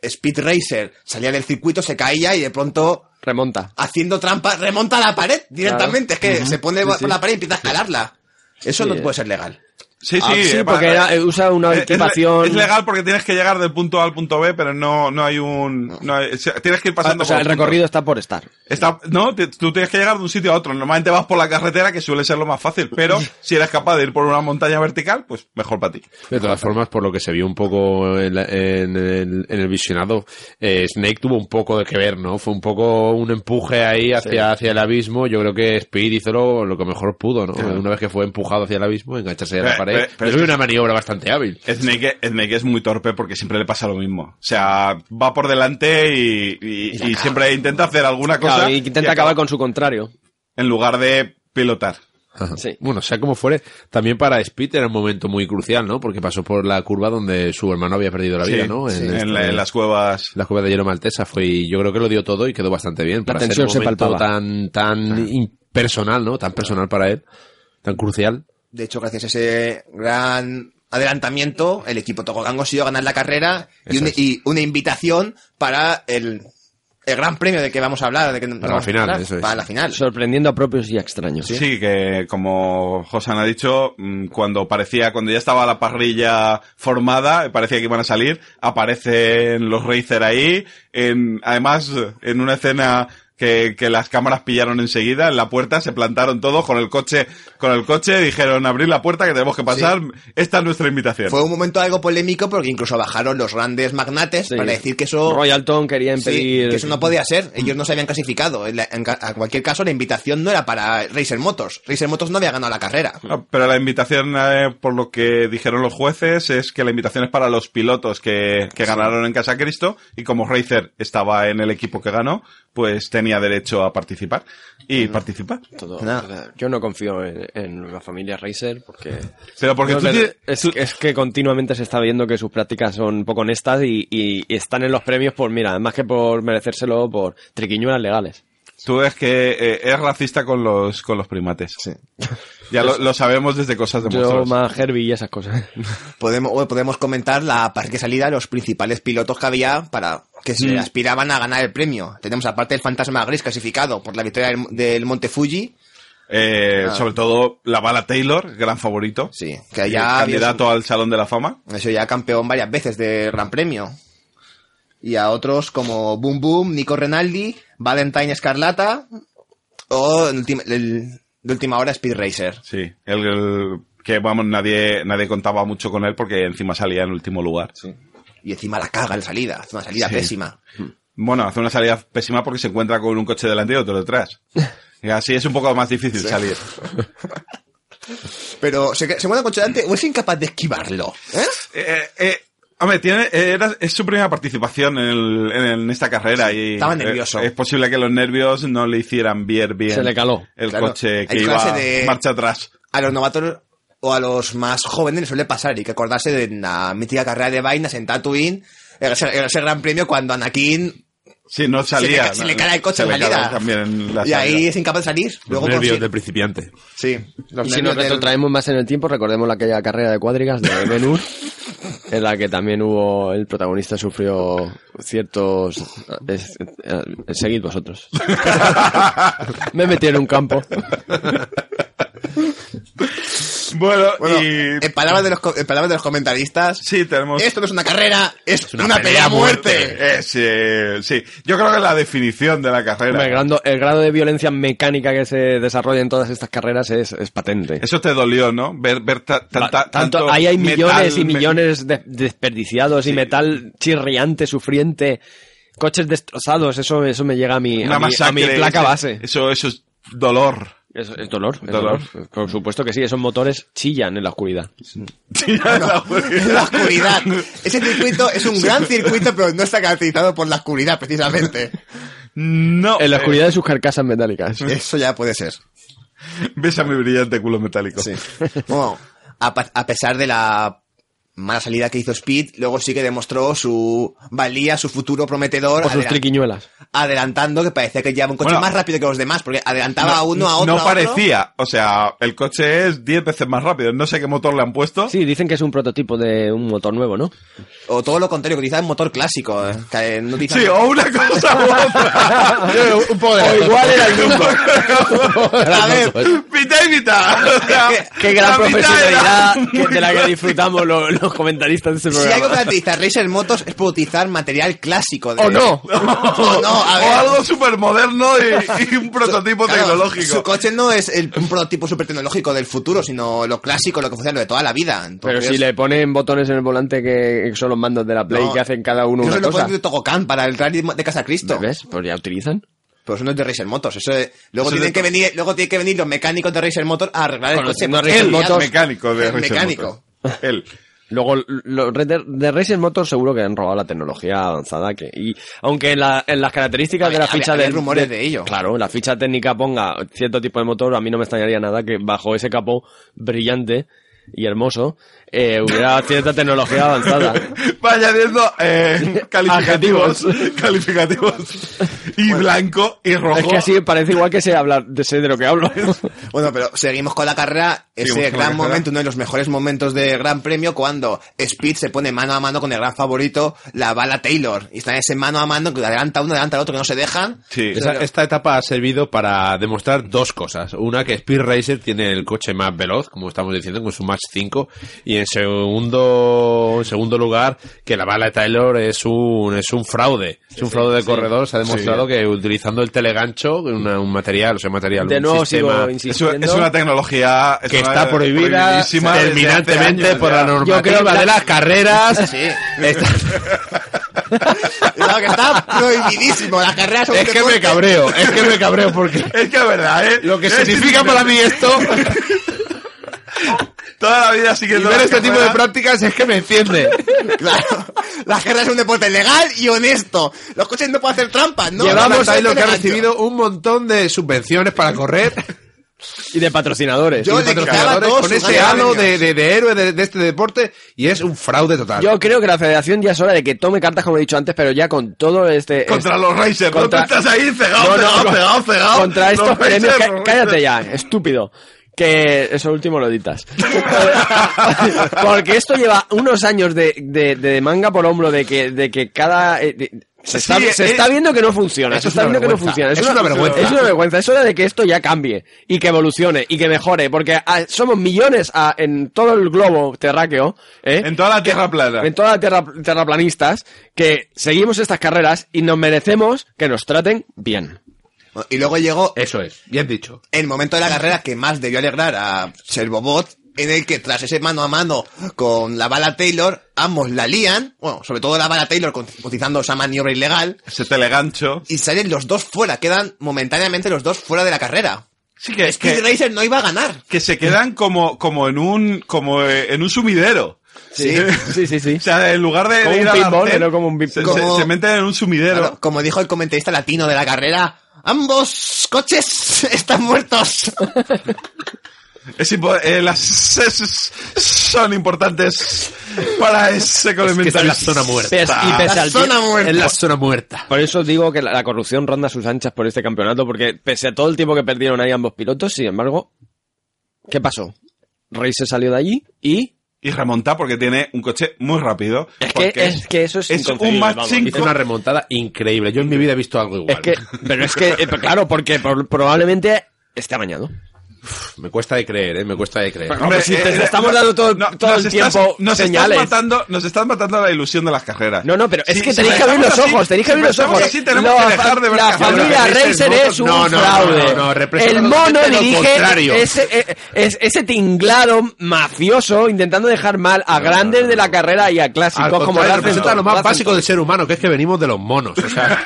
Speaker 6: Speed Racer salía del circuito, se caía y de pronto,
Speaker 4: Remonta.
Speaker 6: haciendo trampa, remonta a la pared directamente. Es que se pone por la pared y empieza a escalarla. Eso
Speaker 4: Sí,
Speaker 6: no
Speaker 4: eh.
Speaker 6: puede ser legal.
Speaker 5: Sí, sí.
Speaker 4: Ah, sí,
Speaker 5: eh,
Speaker 4: porque
Speaker 5: va-
Speaker 4: era- eh, usa una
Speaker 5: es- es le-
Speaker 4: equipación.
Speaker 5: Es, legal porque tienes que llegar del punto A al punto B, pero no, no hay un. no hay- o sea, tienes que ir
Speaker 4: Ah,
Speaker 5: pasando.
Speaker 4: O sea,
Speaker 5: por
Speaker 4: el
Speaker 5: los puntos.
Speaker 4: recorrido está por estar.
Speaker 5: Está, no, te- tú tienes que llegar de un sitio a otro. Normalmente vas por la carretera, que suele ser lo más fácil, pero si eres capaz de ir por una montaña vertical, pues mejor para ti.
Speaker 7: De todas formas, por lo que se vio un poco en, la- en el, en el visionado, eh, Snake tuvo un poco de que ver, ¿no? Fue un poco un empuje ahí hacia, hacia el abismo. Yo creo que Speed hizo lo, lo que mejor pudo, ¿no? Una vez que fue empujado hacia el abismo, engancharse a la
Speaker 5: Pero-
Speaker 7: pared.
Speaker 5: pero- pero
Speaker 7: Eso
Speaker 5: es
Speaker 7: es
Speaker 5: que-
Speaker 7: una maniobra bastante hábil.
Speaker 5: Snake, Snake es muy torpe porque siempre le pasa lo mismo. O sea, va por delante y, y- y siempre intenta hacer alguna cosa.
Speaker 4: Claro, y intenta
Speaker 5: acaba-
Speaker 4: acabar con su contrario.
Speaker 5: En lugar de pilotar.
Speaker 7: Ajá.
Speaker 4: Sí.
Speaker 7: Bueno, sea como fuere, también para Speed era un momento muy crucial, ¿no? Porque pasó por la curva donde su hermano había perdido la vida,
Speaker 5: Sí,
Speaker 7: ¿no?
Speaker 5: sí,
Speaker 7: este-
Speaker 5: en, la- en las cuevas.
Speaker 7: la cueva de hielo maltesa fue y yo creo que lo dio todo y quedó bastante bien para
Speaker 4: tensión
Speaker 7: ser
Speaker 4: se
Speaker 7: un momento
Speaker 4: palpaba. Ah.
Speaker 7: tan tan impersonal no tan personal para él tan crucial
Speaker 6: De hecho, gracias a ese gran adelantamiento, el equipo Togolán consiguió ganar la carrera y, una, y una invitación para el, el gran premio de que vamos a hablar. De que
Speaker 7: la final, eso es.
Speaker 6: Para la final.
Speaker 4: Sorprendiendo a propios y a extraños.
Speaker 5: ¿Sí? que como Josan ha dicho, mm, cuando parecía, cuando ya estaba la parrilla formada, parecía que iban a salir, aparecen los Racer ahí, en, además, en una escena que, que las cámaras pillaron enseguida, en la puerta se plantaron todos con el coche, con el coche, dijeron abrir la puerta que tenemos que pasar, esta es nuestra invitación.
Speaker 6: Fue un momento algo polémico porque incluso bajaron los grandes magnates
Speaker 4: Sí.
Speaker 6: para decir que eso...
Speaker 4: Royalton quería
Speaker 6: Sí,
Speaker 4: impedir.
Speaker 6: que eso no podía ser. Ellos no se habían clasificado. En, la- en ca- a cualquier caso, la invitación no era para Racer Motors. Racer Motors no había ganado la carrera.
Speaker 5: No, Ah, pero la invitación, eh, por lo que dijeron los jueces, es que la invitación es para los pilotos que, que ganaron en Casa Cristo y como Racer estaba en el equipo que ganó, pues tenía derecho a participar y participa.
Speaker 4: Todo-
Speaker 6: Nada.
Speaker 4: Yo no confío en, en la familia Racer porque.
Speaker 5: Pero porque
Speaker 4: No,
Speaker 5: tú
Speaker 4: pero
Speaker 5: tienes-
Speaker 4: es, es que continuamente se está viendo que sus prácticas son poco honestas y, y- y están en los premios por, mira, más que por merecérselo, por triquiñuelas legales.
Speaker 5: tú es que eh, es racista con los con los primates. Ya lo, lo sabemos desde cosas de
Speaker 4: Yo
Speaker 5: monstruos.
Speaker 4: más Herbie y esas cosas.
Speaker 6: Podemos, o podemos comentar la parte de salida de los principales pilotos que había para que se aspiraban a ganar el premio. Tenemos aparte el fantasma gris clasificado por la victoria del, del Monte Fuji.
Speaker 5: Eh, Sobre todo la bala Taylor, gran favorito.
Speaker 6: Ah. Sí, que ya había-
Speaker 5: candidato al Salón de la Fama.
Speaker 6: Eso ya campeón varias veces de Gran Premio. Y a otros como Boom Boom, Nico Renaldi, Valentine Escarlata o en ultim- el- de última hora Speed Racer.
Speaker 5: Sí, el, el- que vamos, nadie, nadie contaba mucho con él porque encima salía en último lugar.
Speaker 6: Y encima la caga en salida, hace una salida
Speaker 5: Sí.
Speaker 6: pésima.
Speaker 5: Bueno, hace una salida pésima porque se encuentra con un coche delante y otro detrás. Y así es un poco más difícil salir.
Speaker 6: Pero se, que- se mueve con delante o es incapaz de esquivarlo. ¿eh?
Speaker 5: Eh, eh, hombre, tiene, eh, era- es su primera participación en, el- en el- en esta carrera y
Speaker 6: estaba
Speaker 5: eh,
Speaker 6: nervioso.
Speaker 5: es posible que los nervios no le hicieran bien, bien
Speaker 4: Se le caló.
Speaker 5: el
Speaker 6: Claro,
Speaker 5: coche que
Speaker 6: hay
Speaker 5: iba
Speaker 6: clase de-
Speaker 5: marcha atrás.
Speaker 6: A los novatos o a los más jóvenes les suele pasar y que acordarse de la mítica carrera de vainas en Tatooine, en ese, en ese gran premio cuando Anakin
Speaker 5: Sí, no
Speaker 6: se le,
Speaker 5: salía.
Speaker 6: ca- se le cae el coche
Speaker 5: Se
Speaker 6: en
Speaker 5: le
Speaker 6: salida.
Speaker 5: cae también en la
Speaker 6: y ahí
Speaker 5: salida.
Speaker 6: es incapaz de salir.
Speaker 7: los
Speaker 6: Luego
Speaker 7: nervios
Speaker 6: consigue-
Speaker 7: del principiante
Speaker 6: Sí. Los
Speaker 4: Y si nos
Speaker 6: nervios del-
Speaker 4: retrotraemos más en el tiempo, recordemos la aquella carrera de cuadrigas de Ben Hur, en la que también hubo, el protagonista sufrió ciertos... es- eh, seguid vosotros. Me metí en un campo.
Speaker 5: Bueno,
Speaker 6: Bueno, eh,
Speaker 5: y...
Speaker 6: en, palabras de los, co- en palabras de los comentaristas,
Speaker 5: Sí, tenemos...
Speaker 6: esto no es una carrera, es, una, pelea,
Speaker 7: pelea
Speaker 6: a muerte.
Speaker 5: Eh, sí, sí, yo creo que es la definición de la carrera.
Speaker 4: Hombre, El grado, el grado de violencia mecánica que se desarrolla en todas estas carreras es, es patente.
Speaker 5: Eso te dolió, ¿no? Ver, ver ta-
Speaker 4: Va-
Speaker 5: tanta-
Speaker 4: tanto,
Speaker 5: tanto
Speaker 4: ahí hay millones
Speaker 5: metal,
Speaker 4: y
Speaker 5: me-
Speaker 4: millones de- desperdiciados y metal chirriante, sufriente, coches destrozados, eso, eso me llega a mi,
Speaker 5: una
Speaker 4: a mi, a mi
Speaker 5: masacre,
Speaker 4: placa
Speaker 5: ese-
Speaker 4: base.
Speaker 5: Eso, eso es dolor.
Speaker 4: Eso es dolor, es
Speaker 5: Dolor.
Speaker 4: dolor. Por supuesto que sí, esos motores chillan en la oscuridad.
Speaker 5: Sí, ya la oscuridad.
Speaker 6: la oscuridad. Ese circuito es un gran circuito, pero no está caracterizado por la oscuridad, precisamente.
Speaker 5: No.
Speaker 4: En la
Speaker 5: eh,
Speaker 4: oscuridad de sus carcasas metálicas.
Speaker 6: Eso ya puede ser.
Speaker 5: Eh, ves a mi brillante culo metálico.
Speaker 6: Sí. Bueno, a, pa- a pesar de la mala salida que hizo Speed, luego sí que demostró su valía, su futuro prometedor,
Speaker 4: O sus
Speaker 6: adelan-
Speaker 4: triquiñuelas.
Speaker 6: adelantando que parecía que llevaba un coche
Speaker 5: Pues Bueno.
Speaker 6: más rápido que los demás, porque adelantaba a Ah, uno a otro.
Speaker 5: No
Speaker 6: a otro.
Speaker 5: parecía. O sea, el coche es 10 veces más rápido. No sé qué motor le han puesto.
Speaker 4: Sí, dicen que es un prototipo de un motor nuevo, ¿no?
Speaker 6: O todo lo contrario, que utilizaba un motor clásico. eh, que no utilizaba-
Speaker 5: Sí, o una cosa u otra.
Speaker 7: un poco de
Speaker 4: O igual era
Speaker 6: A ver,
Speaker 5: mitad y mitad. O sea,
Speaker 4: Qué gran
Speaker 5: la mitad
Speaker 4: profesionalidad
Speaker 5: era
Speaker 4: que-
Speaker 5: muy
Speaker 4: de la que disfrutamos lo- los, comentaristas de este
Speaker 6: si algo
Speaker 4: programa.
Speaker 6: caracteriza a Racer Motos es por utilizar material clásico. De...
Speaker 4: O no.
Speaker 6: O no, a ver.
Speaker 5: Oh, O algo súper moderno y, y un prototipo
Speaker 6: Claro,
Speaker 5: tecnológico.
Speaker 6: Su coche no es el, un prototipo súper tecnológico del futuro, sino lo clásico, lo que funciona de toda la vida.
Speaker 4: Pero
Speaker 6: Entonces,
Speaker 4: si le ponen botones en el volante que que son los mandos de la Play
Speaker 6: No,
Speaker 4: que hacen cada uno
Speaker 6: Eso
Speaker 4: una
Speaker 6: lo
Speaker 4: cosa.
Speaker 6: ponen de Togokan para el rally de Casa Cristo.
Speaker 4: ¿Ves? Pues ya utilizan.
Speaker 6: Pero eso no es de Racer Motors. Eso es- luego,
Speaker 5: Eso es
Speaker 6: tienen
Speaker 5: de
Speaker 6: que
Speaker 5: to-
Speaker 6: venir, luego tienen que venir los mecánicos de Racer Motors a arreglar el coche.
Speaker 4: Conociendo a
Speaker 6: porque
Speaker 4: Racer
Speaker 6: el
Speaker 4: Motors-
Speaker 5: mecánico de
Speaker 6: el
Speaker 5: Richard
Speaker 6: mecánico.
Speaker 5: Motors. Él.
Speaker 4: Luego, l- los Red Dead- de Racing Motor seguro que han robado la tecnología avanzada que, y, aunque en, la- en las características
Speaker 6: A
Speaker 4: de
Speaker 6: ver,
Speaker 4: la
Speaker 6: a ver,
Speaker 4: ficha
Speaker 6: había
Speaker 4: del-
Speaker 6: rumores de ello.
Speaker 4: Claro, la ficha técnica ponga cierto tipo de motor, a mí no me extrañaría nada que bajo ese capó brillante y hermoso, eh, hubiera cierta tecnología avanzada.
Speaker 5: Va añadiendo eh, calificativos. calificativos. Y blanco y rojo.
Speaker 4: Es que así parece igual que sé hablar, de sé de lo que hablo.
Speaker 6: Bueno, pero seguimos con la carrera.
Speaker 5: Seguimos
Speaker 6: Ese
Speaker 5: con la
Speaker 6: gran
Speaker 5: carrera.
Speaker 6: momento, uno de los mejores momentos de Gran Premio, cuando Speed se pone mano a mano con el gran favorito, la bala Taylor. Y está en ese mano a mano que adelanta uno, adelanta al otro, que no se dejan.
Speaker 5: Sí.
Speaker 7: Esa- esta etapa ha servido para demostrar dos cosas. Una, que Speed Racer tiene el coche más veloz, como estamos diciendo, con su Mach 5. Y en segundo, en segundo lugar, que la bala de Taylor es un, es un fraude. Es un fraude de corredor. Se ha demostrado que utilizando el telegancho, una- un material, o sea, material,
Speaker 4: De
Speaker 7: un
Speaker 4: nuevo
Speaker 7: sistema
Speaker 4: sigo
Speaker 5: Es, u-
Speaker 4: insistiendo.
Speaker 5: es una tecnología es
Speaker 7: que
Speaker 5: una-
Speaker 7: está prohibida
Speaker 5: prohibidísima desde hace
Speaker 7: terminantemente
Speaker 5: años
Speaker 7: por
Speaker 5: ya.
Speaker 7: la normativa de las carreras.
Speaker 6: Sí. Claro que está prohibidísimo. Las carreras son
Speaker 7: Es que me
Speaker 6: deporte.
Speaker 7: cabreo, es que me cabreo porque
Speaker 5: Es que es verdad, ¿eh?
Speaker 7: lo que
Speaker 5: Es
Speaker 7: significa para mí esto
Speaker 5: Toda la vida
Speaker 7: y
Speaker 5: siguiendo
Speaker 7: ver
Speaker 5: las
Speaker 7: este tipo de
Speaker 5: carreras.
Speaker 7: prácticas es que me enciende.
Speaker 6: Claro, las guerras es un deporte legal y honesto. Los coches no pueden hacer trampas, ¿no?
Speaker 7: Llevamos
Speaker 6: Adelanta
Speaker 7: ahí lo
Speaker 6: este
Speaker 7: que ha
Speaker 6: gancho.
Speaker 7: recibido un montón de subvenciones para correr
Speaker 4: Y de patrocinadores.
Speaker 6: Yo
Speaker 7: y
Speaker 6: le quitaba
Speaker 7: patrocinadores
Speaker 6: todo
Speaker 7: con
Speaker 6: su
Speaker 7: ese
Speaker 6: gran
Speaker 7: halo
Speaker 6: premio.
Speaker 7: de, de- de héroe de, de este deporte y es un fraude total.
Speaker 4: Yo creo que la federación ya es hora de que tome cartas, como he dicho antes, pero ya con todo este...
Speaker 5: Contra los Racers.
Speaker 4: Contra-
Speaker 5: No te estás ahí
Speaker 4: No, no,
Speaker 5: cegado, cegado,
Speaker 4: con-
Speaker 5: cegado, cegado.
Speaker 4: contra
Speaker 5: Los
Speaker 4: estos
Speaker 5: Racers,
Speaker 4: premios.
Speaker 5: los
Speaker 4: Cá-
Speaker 5: Racers.
Speaker 4: cállate ya, estúpido. Que eso último lo editas. Porque esto lleva unos años de, de- de manga por hombro de que, de que cada. eh, de- se está,
Speaker 5: Sí,
Speaker 4: se
Speaker 5: eh,
Speaker 4: está viendo que no funciona,
Speaker 7: eso
Speaker 4: se
Speaker 7: es
Speaker 4: está
Speaker 7: una
Speaker 4: viendo que no
Speaker 7: vergüenza,
Speaker 4: funciona.
Speaker 7: es una vergüenza.
Speaker 4: Es una vergüenza, es hora de que esto ya cambie y que evolucione y que mejore, porque ah, somos millones a- en todo el globo terráqueo, ¿eh?
Speaker 5: En toda la tierra plana.
Speaker 4: en todas las terra, terraplanistas, que seguimos estas carreras y nos merecemos que nos traten bien.
Speaker 6: Y luego llegó
Speaker 7: Eso es, bien dicho.
Speaker 6: el momento de la carrera que más debió alegrar a Servobot, en el que tras ese mano a mano con la bala Taylor, ambos la lían, bueno, sobre todo la bala Taylor con- utilizando esa maniobra ilegal,
Speaker 5: Ese telegancho.
Speaker 6: y salen los dos fuera, quedan momentáneamente los dos fuera de la carrera.
Speaker 5: Sí, que,
Speaker 6: Speed
Speaker 5: que,
Speaker 6: Racer no iba a ganar.
Speaker 5: que se quedan como, como en un, como eh, en un sumidero.
Speaker 6: Sí.
Speaker 4: Sí, sí, sí.
Speaker 5: O sea, en lugar de,
Speaker 4: Como
Speaker 5: de
Speaker 4: un
Speaker 5: ir a
Speaker 4: pinball,
Speaker 5: arcén,
Speaker 4: pero como un pin-
Speaker 5: se,
Speaker 6: como-
Speaker 5: se, se meten en un sumidero.
Speaker 6: Claro, como dijo el comentarista latino de la carrera, ambos coches están muertos.
Speaker 5: Es impo- eh, las S son importantes para ese
Speaker 7: que
Speaker 5: comentarista.
Speaker 7: está en la zona muerta.
Speaker 4: Pes- y pese
Speaker 6: La
Speaker 4: al
Speaker 6: zona
Speaker 4: tie-
Speaker 6: muerta.
Speaker 7: En la zona muerta.
Speaker 4: Por eso digo que la, la corrupción ronda sus anchas por este campeonato, porque pese a todo el tiempo que perdieron ahí ambos pilotos, sin embargo, ¿qué pasó? Rey se salió de allí y
Speaker 5: Y remonta porque tiene un coche muy rápido.
Speaker 4: es que,
Speaker 5: porque
Speaker 4: es que eso es,
Speaker 5: es
Speaker 4: inconcebible,
Speaker 5: un Mach
Speaker 4: vamos.
Speaker 5: 5.
Speaker 7: Hizo una remontada increíble. Yo en mi vida he visto algo igual.
Speaker 4: Es que, pero es que, eh, claro, porque por- probablemente esté amañado.
Speaker 7: Me cuesta de creer, ¿eh? me cuesta de creer.
Speaker 4: Hombre, si te- te estamos
Speaker 5: eh, no-
Speaker 4: dando todo- todo
Speaker 5: nos
Speaker 4: el
Speaker 5: estás-
Speaker 4: tiempo
Speaker 5: nos
Speaker 4: señales.
Speaker 5: Estás matando, nos estás matando la ilusión de las carreras.
Speaker 4: No, no, pero es
Speaker 5: Sí,
Speaker 4: que
Speaker 5: si
Speaker 4: tenéis que abrir los
Speaker 5: pensamos así-
Speaker 4: ojos, tenéis que
Speaker 5: si
Speaker 4: abrir los
Speaker 5: pensamos
Speaker 4: ojos.
Speaker 5: así, tenemos
Speaker 4: La
Speaker 5: que dejar de ver
Speaker 4: la
Speaker 5: carreras.
Speaker 4: familia
Speaker 7: Racer
Speaker 4: Racer
Speaker 7: Motos-
Speaker 4: es un
Speaker 7: no, no, no,
Speaker 4: fraude.
Speaker 7: no, no, representa
Speaker 4: el mono
Speaker 7: totalmente lo contrario.
Speaker 4: dirige ese, eh, es- ese tinglado mafioso intentando dejar mal a grandes de la carrera y a
Speaker 7: Al
Speaker 4: clásicos como
Speaker 7: contrario,
Speaker 4: Racer.
Speaker 7: representa lo más
Speaker 4: Racer-
Speaker 7: básico del ser humano, que es que venimos de los monos. O sea,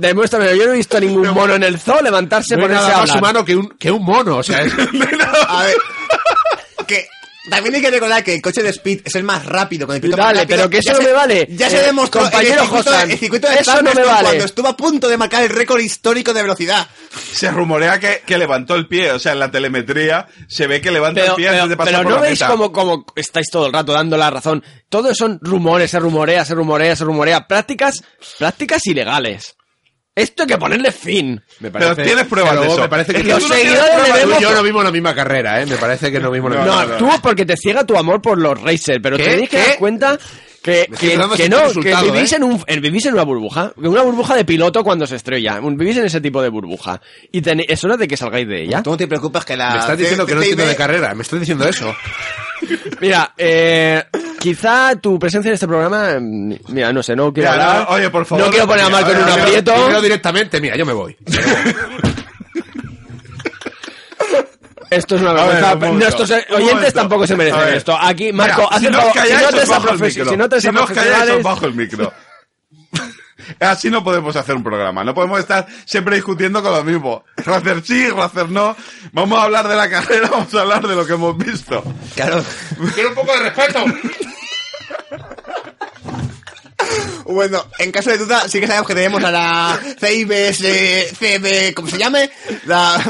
Speaker 4: Demuéstramelo, yo no he visto a ningún mono en el zoo levantarse
Speaker 7: no hay
Speaker 4: por ese
Speaker 7: nada más
Speaker 4: hablar.
Speaker 7: humano que un, que un mono. O sea, es-
Speaker 6: A ver, que También hay que recordar que el coche de Speed es el más rápido con el piloto más
Speaker 4: Dale,
Speaker 6: rápido.
Speaker 4: pero que eso
Speaker 6: Ya
Speaker 4: no
Speaker 6: se-
Speaker 4: me vale.
Speaker 6: Ya
Speaker 4: Eh,
Speaker 6: se demostró en
Speaker 4: compañero
Speaker 6: el circuito, de-
Speaker 4: Hosan,
Speaker 6: el circuito de
Speaker 4: eso no me
Speaker 6: Silverstone
Speaker 4: vale.
Speaker 6: cuando estuvo a punto de marcar el récord histórico de velocidad.
Speaker 5: Se rumorea que, que levantó el pie, o sea, en la telemetría se ve que levanta el
Speaker 4: Pero,
Speaker 5: pie
Speaker 4: pero-
Speaker 5: antes de pasar
Speaker 4: pero
Speaker 5: por
Speaker 4: no
Speaker 5: la
Speaker 4: veis
Speaker 5: meta.
Speaker 4: como, como estáis todo el rato dando la razón. Todos son rumores, se rumorea, se rumorea, se rumorea. Prácticas, prácticas ilegales. Esto hay que ponerle fin.
Speaker 7: Me
Speaker 5: Pero tienes pruebas
Speaker 7: pero
Speaker 5: de eso.
Speaker 7: Me parece que,
Speaker 4: Que los
Speaker 7: tú no tienes
Speaker 4: seguidores
Speaker 7: pruebas,
Speaker 4: le
Speaker 7: tú y
Speaker 4: vemos-
Speaker 7: yo no vimos la misma carrera, ¿eh? Me parece que no vimos la
Speaker 5: No,
Speaker 7: misma
Speaker 4: No,
Speaker 5: no,
Speaker 4: tú porque te ciega tu amor por los racers, pero
Speaker 7: ¿Qué?
Speaker 4: tenéis que
Speaker 7: ¿Qué?
Speaker 4: dar cuenta que,
Speaker 7: Me estoy
Speaker 4: que,
Speaker 7: quedando
Speaker 4: que
Speaker 7: sin
Speaker 4: no, que
Speaker 7: resultado,
Speaker 4: vivís,
Speaker 7: ¿eh?
Speaker 4: en un, eh, vivís en una burbuja, una burbuja de piloto cuando se estrella, un- vivís en ese tipo de burbuja. Y tenéis- es hora de que salgáis de ella.
Speaker 6: Tú no te preocupes que la.
Speaker 7: Me estás diciendo que no
Speaker 6: CCTV
Speaker 7: entiendo de carrera, me estás diciendo eso.
Speaker 4: Mira, eh, quizá tu presencia en este programa, mm, mira, no sé, no quiero
Speaker 5: Mira,
Speaker 4: hablar.
Speaker 5: no, oye, por favor,
Speaker 4: No quiero poner a
Speaker 5: mira,
Speaker 4: Marco en
Speaker 5: mira,
Speaker 4: un
Speaker 5: mira,
Speaker 4: aprieto.
Speaker 7: Primero directamente, mira, yo me voy.
Speaker 4: Esto es una
Speaker 5: ver,
Speaker 4: vergüenza.
Speaker 5: un momento,
Speaker 4: Nuestros
Speaker 5: un
Speaker 4: oyentes
Speaker 5: momento.
Speaker 4: tampoco se
Speaker 5: A
Speaker 4: merecen
Speaker 5: ver.
Speaker 4: esto. Aquí, Marco,
Speaker 5: Mira,
Speaker 4: haz el
Speaker 5: si no os
Speaker 4: favor.
Speaker 5: calláis,
Speaker 4: si no
Speaker 5: os
Speaker 4: te
Speaker 5: bajo el
Speaker 4: desaprofes-
Speaker 5: micro.
Speaker 4: si no te
Speaker 5: Si no os calláis, os
Speaker 4: desaprofesionales-
Speaker 5: bajo el micro. Así no podemos hacer un programa. No podemos estar siempre discutiendo con lo mismo. Racer sí, Racer no. Vamos a hablar de la carrera, vamos a hablar de lo que hemos visto.
Speaker 6: Claro.
Speaker 7: Quiero un poco de respeto.
Speaker 6: Bueno, en caso de duda, sí que sabemos que tenemos a la CIBS, eh, CB, como se llame, la-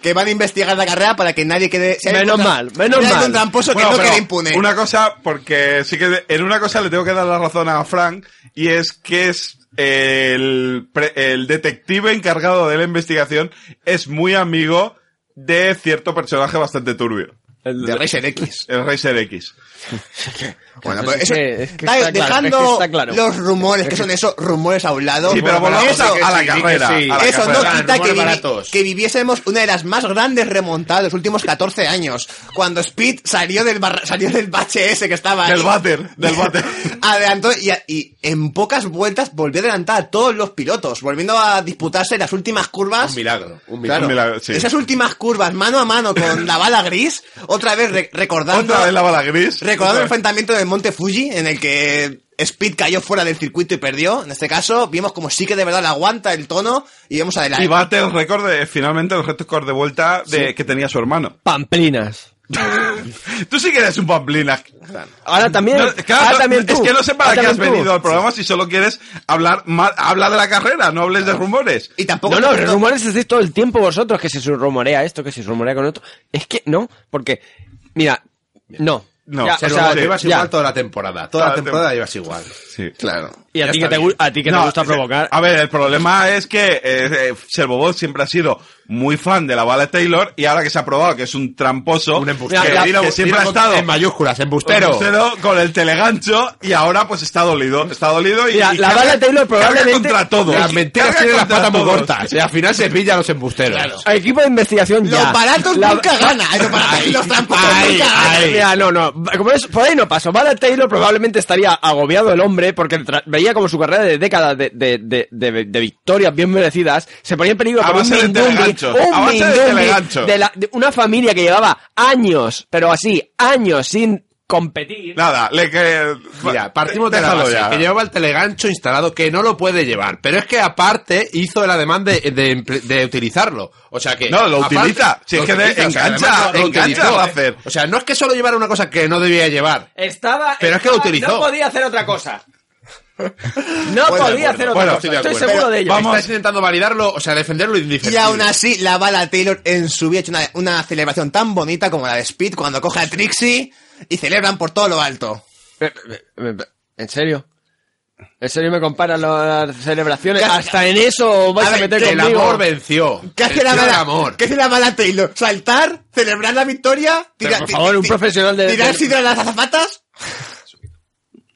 Speaker 6: que van a investigar la carrera para que nadie quede. si hay
Speaker 4: Menos
Speaker 6: algún tra-
Speaker 4: mal, menos
Speaker 6: si hay
Speaker 4: mal.
Speaker 6: algún tramposo que
Speaker 5: Bueno,
Speaker 6: no
Speaker 5: pero
Speaker 6: quede impune.
Speaker 5: Una cosa, porque sí que en una cosa le tengo que dar la razón a Frank, y es que es el, pre- el detective encargado de la investigación es muy amigo de cierto personaje bastante turbio,
Speaker 6: De Racer X.
Speaker 5: el Racer X.
Speaker 6: Bueno,
Speaker 4: Es
Speaker 6: pero eso.
Speaker 4: que- es que
Speaker 6: da-
Speaker 4: está claro,
Speaker 6: dejando
Speaker 4: es que está claro.
Speaker 6: los rumores, que son esos rumores a un lado.
Speaker 5: Sí, pero volvamos
Speaker 6: eso,
Speaker 5: a, a la
Speaker 7: sí, di que
Speaker 5: carrera.
Speaker 7: sí.
Speaker 5: a la
Speaker 6: eso
Speaker 5: carrera.
Speaker 6: no quita que,
Speaker 7: rumores
Speaker 6: vivi-
Speaker 7: baratos.
Speaker 6: que viviésemos una de las más grandes remontadas de los últimos 14 años. Cuando Speed salió del, barra- salió del bache ese que estaba ahí.
Speaker 5: Del váter, del váter.
Speaker 6: adelantó y, y en pocas vueltas volvió a adelantar a todos los pilotos, volviendo a disputarse las últimas curvas.
Speaker 7: Un milagro, un milagro.
Speaker 6: Claro,
Speaker 5: Un milagro, sí.
Speaker 6: esas últimas curvas mano a mano con la bala gris, otra vez re- recordando,
Speaker 5: Otra vez la bala gris.
Speaker 6: recordando el
Speaker 5: Otra vez.
Speaker 6: enfrentamiento del Monte Fuji en el que Speed cayó fuera del circuito y perdió. En este caso, vimos como sí que de verdad le aguanta el tono y vemos adelante.
Speaker 5: Y bate el récord de, finalmente el récord de vuelta de, que tenía su hermano.
Speaker 4: Pamplinas.
Speaker 5: Tú sí que eres un pamplina.
Speaker 4: Ahora también,
Speaker 5: No, claro,
Speaker 4: ahora también
Speaker 5: es
Speaker 4: tú.
Speaker 5: que no sé para
Speaker 4: Ahora
Speaker 5: qué has
Speaker 4: también tú.
Speaker 5: venido al programa si solo quieres hablar mal, habla de la carrera, no hables de rumores.
Speaker 6: Y tampoco
Speaker 4: No, no,
Speaker 6: te-
Speaker 4: los rumores estáis todo el tiempo vosotros, que si se rumorea esto, que si se rumorea con otro. Es que no, porque, mira, no.
Speaker 5: No,
Speaker 4: Ya,
Speaker 7: Se
Speaker 4: o
Speaker 7: lo
Speaker 4: sea,
Speaker 7: llevas
Speaker 4: ya.
Speaker 7: igual toda la temporada. Toda la temporada llevas igual.
Speaker 5: Sí.
Speaker 6: Claro.
Speaker 4: Y a
Speaker 7: Ya
Speaker 4: ti que,
Speaker 7: está
Speaker 4: te,
Speaker 7: bien.
Speaker 4: gu- a ti que te
Speaker 5: No,
Speaker 4: gusta
Speaker 5: es-
Speaker 4: provocar.
Speaker 5: A ver, el problema es que eh, eh, Servobot siempre ha sido muy fan de la bala Taylor y ahora que se ha probado que es un tramposo,
Speaker 7: Un
Speaker 5: que,
Speaker 7: embustero.
Speaker 4: Mira,
Speaker 5: que
Speaker 4: dilo-
Speaker 5: siempre ha
Speaker 7: con-
Speaker 5: estado
Speaker 7: En mayúsculas, embustero.
Speaker 5: embustero con el telegancho y ahora pues está dolido, está dolido y,
Speaker 4: Mira,
Speaker 5: y
Speaker 4: la
Speaker 5: carga-
Speaker 4: bala Taylor
Speaker 5: carga
Speaker 4: probablemente-
Speaker 5: contra todo.
Speaker 7: Las mentiras
Speaker 5: Carga
Speaker 7: tienen las
Speaker 5: contra
Speaker 7: patas muy
Speaker 5: todos.
Speaker 7: cortas. Y al final se pilla a los embusteros.
Speaker 4: Equipo de investigación ya.
Speaker 6: Los baratos
Speaker 4: La-
Speaker 6: nunca eh, ganan.
Speaker 7: eh,
Speaker 6: Los baratos y los tramposos
Speaker 4: Ay,
Speaker 6: nunca ganan.
Speaker 4: ay. Mira, no, no. Como es- por ahí no pasó. Bala Taylor probablemente estaría agobiado el hombre porque tra- veía como su carrera de décadas de, de, de, de- de victorias bien merecidas se ponía en peligro
Speaker 5: A
Speaker 4: por un
Speaker 5: base de
Speaker 4: mindundi.
Speaker 5: teleganchos. A
Speaker 4: Un
Speaker 5: base de
Speaker 4: mindundi
Speaker 5: teleganchos.
Speaker 4: de, la- de una familia que llevaba años, pero así, años sin competir.
Speaker 5: Nada, le que
Speaker 7: Mira, partimos de la
Speaker 5: Déjalo
Speaker 7: base,
Speaker 5: ya.
Speaker 7: que llevaba el telegancho instalado, que no lo puede llevar. Pero es que aparte hizo la demanda de, de emple- de utilizarlo. O sea que...
Speaker 5: No, lo
Speaker 7: aparte-
Speaker 5: utiliza. Si es
Speaker 7: lo
Speaker 5: que de-
Speaker 7: utiliza, o sea,
Speaker 5: engancha,
Speaker 7: además lo- lo
Speaker 5: engancha
Speaker 7: utilizó,
Speaker 5: a
Speaker 7: ¿eh?
Speaker 5: hacer.
Speaker 7: O sea, no es que solo llevara una cosa que no debía llevar.
Speaker 4: Estaba.
Speaker 7: Pero es que lo
Speaker 4: estaba-
Speaker 7: utilizó.
Speaker 4: No podía hacer otra cosa.
Speaker 7: Bueno, de
Speaker 4: No podía
Speaker 7: acuerdo.
Speaker 4: hacer otra
Speaker 7: Bueno,
Speaker 4: cosa.
Speaker 7: estoy de
Speaker 4: Estoy,
Speaker 7: acuerdo.
Speaker 4: seguro
Speaker 7: Pero
Speaker 4: de ello.
Speaker 5: vamos-
Speaker 7: Estás intentando validarlo, o sea, defenderlo
Speaker 6: Y
Speaker 7: indefendible.
Speaker 6: aún así, la bala Taylor en su vida ha hecho una, una celebración tan bonita como la de Speed cuando coge a Trixie y celebran por todo lo alto.
Speaker 4: Eh, eh, eh, ¿En serio? ¿En serio me comparan las celebraciones?
Speaker 6: Ca-
Speaker 4: Hasta en eso os vais
Speaker 6: A
Speaker 4: a,
Speaker 6: ver,
Speaker 4: meter
Speaker 6: que
Speaker 7: El
Speaker 4: conmigo.
Speaker 7: amor venció.
Speaker 6: ¿Qué hace, la
Speaker 7: Venció el
Speaker 6: bala,
Speaker 7: amor.
Speaker 6: ¿Qué hace la bala Taylor? ¿Saltar? ¿Celebrar la victoria?
Speaker 4: Pero, por favor, un
Speaker 6: ti-
Speaker 4: profesional de-
Speaker 6: ¿Tirar
Speaker 4: de-
Speaker 6: sidra a las azafatas?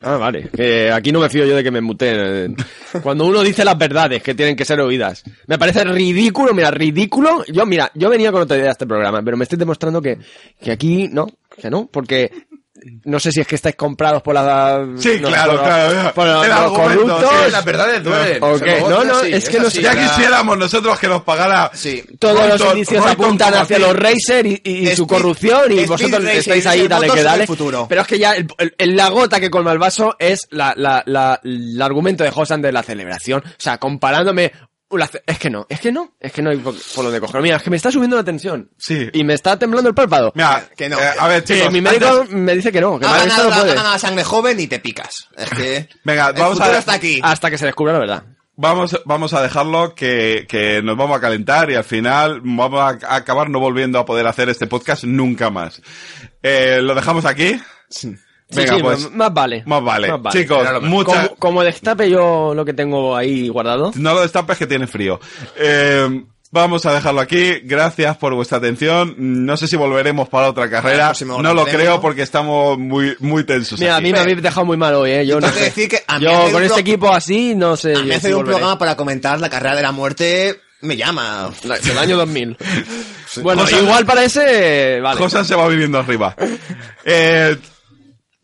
Speaker 4: Ah, vale. Que aquí no me fío yo de que me muteen. eh. Cuando uno dice las verdades que tienen que ser oídas. Me parece ridículo, mira, ridículo. Yo, mira, yo venía con otra idea a este programa, pero me estoy demostrando que, que aquí no, que no, porque no sé si es que estáis comprados por la...
Speaker 5: Sí,
Speaker 4: no,
Speaker 5: claro,
Speaker 4: por-
Speaker 5: claro.
Speaker 4: Por
Speaker 5: El
Speaker 4: los
Speaker 5: argumento,
Speaker 4: corruptos.
Speaker 5: sí,
Speaker 7: Las verdades duelen.
Speaker 4: Ok,
Speaker 7: Se lo-
Speaker 4: no, no,
Speaker 7: sí,
Speaker 4: es que no
Speaker 7: así.
Speaker 4: sé-
Speaker 5: Ya
Speaker 7: Claro.
Speaker 5: quisiéramos nosotros que nos pagara
Speaker 6: Sí.
Speaker 4: todos
Speaker 5: Roy
Speaker 4: los
Speaker 5: Con-
Speaker 4: indicios
Speaker 5: Roy
Speaker 4: apuntan
Speaker 5: Con-
Speaker 4: hacia los Racer y, y- y su
Speaker 6: Speed-
Speaker 4: corrupción y
Speaker 6: Speed
Speaker 4: vosotros
Speaker 6: Racer,
Speaker 4: estáis ahí,
Speaker 6: Richard
Speaker 4: dale
Speaker 6: Motos
Speaker 4: que
Speaker 6: en el
Speaker 4: dale.
Speaker 6: futuro.
Speaker 4: Pero es que ya el, el- la gota que colma el vaso es la, la- la- el argumento de Hosan de la celebración. O sea, comparándome la ce- es que no, es que no, es que no hay por, por donde coger. Mira, es que me está subiendo la tensión.
Speaker 5: Sí.
Speaker 4: Y me está temblando el párpado.
Speaker 5: Mira,
Speaker 6: Que no.
Speaker 5: eh, a ver, chicos.
Speaker 4: Eh, mi médico
Speaker 5: antes-
Speaker 4: me dice que no, que
Speaker 6: Ha
Speaker 4: mal
Speaker 6: ganado,
Speaker 4: esto no
Speaker 6: la, ha
Speaker 4: puede.
Speaker 6: ganado la sangre joven y te picas. Es que.
Speaker 5: Venga,
Speaker 6: el
Speaker 5: vamos a-
Speaker 6: futuro está aquí.
Speaker 4: Hasta que se descubra la verdad.
Speaker 5: Vamos, vamos a dejarlo que, que nos vamos a calentar y al final vamos a acabar no volviendo a poder hacer este podcast nunca más. Eh, lo dejamos aquí.
Speaker 4: Sí,
Speaker 5: Venga,
Speaker 4: sí,
Speaker 5: pues.
Speaker 4: más vale.
Speaker 5: más vale. Chicos,
Speaker 4: Era lo mejor.
Speaker 5: muchas-
Speaker 4: Como, como destape yo lo que tengo ahí guardado.
Speaker 5: No lo destapes que tiene frío. Eh, vamos a dejarlo aquí. Gracias por vuestra atención. No sé si volveremos para otra carrera.
Speaker 6: Al
Speaker 4: pues
Speaker 6: próximo
Speaker 5: No lo
Speaker 6: Gran Premio.
Speaker 5: creo porque estamos muy, muy tensos.
Speaker 4: Mira, a
Speaker 5: aquí.
Speaker 4: mí me habéis dejado muy mal hoy, eh. Yo
Speaker 6: Tengo
Speaker 4: no
Speaker 6: que
Speaker 4: sé.
Speaker 6: decir que a mí
Speaker 4: yo
Speaker 6: hacer
Speaker 4: con
Speaker 6: un
Speaker 4: este
Speaker 6: pro-
Speaker 4: equipo así no sé.
Speaker 6: A mí
Speaker 4: yo
Speaker 6: hacer
Speaker 4: si
Speaker 6: un
Speaker 4: volveré.
Speaker 6: programa para comentar la carrera de la muerte me llama.
Speaker 4: La- Del año 2000. Bueno,
Speaker 5: Cosa-
Speaker 4: igual para ese, vale.
Speaker 5: José se va viviendo arriba. Eh,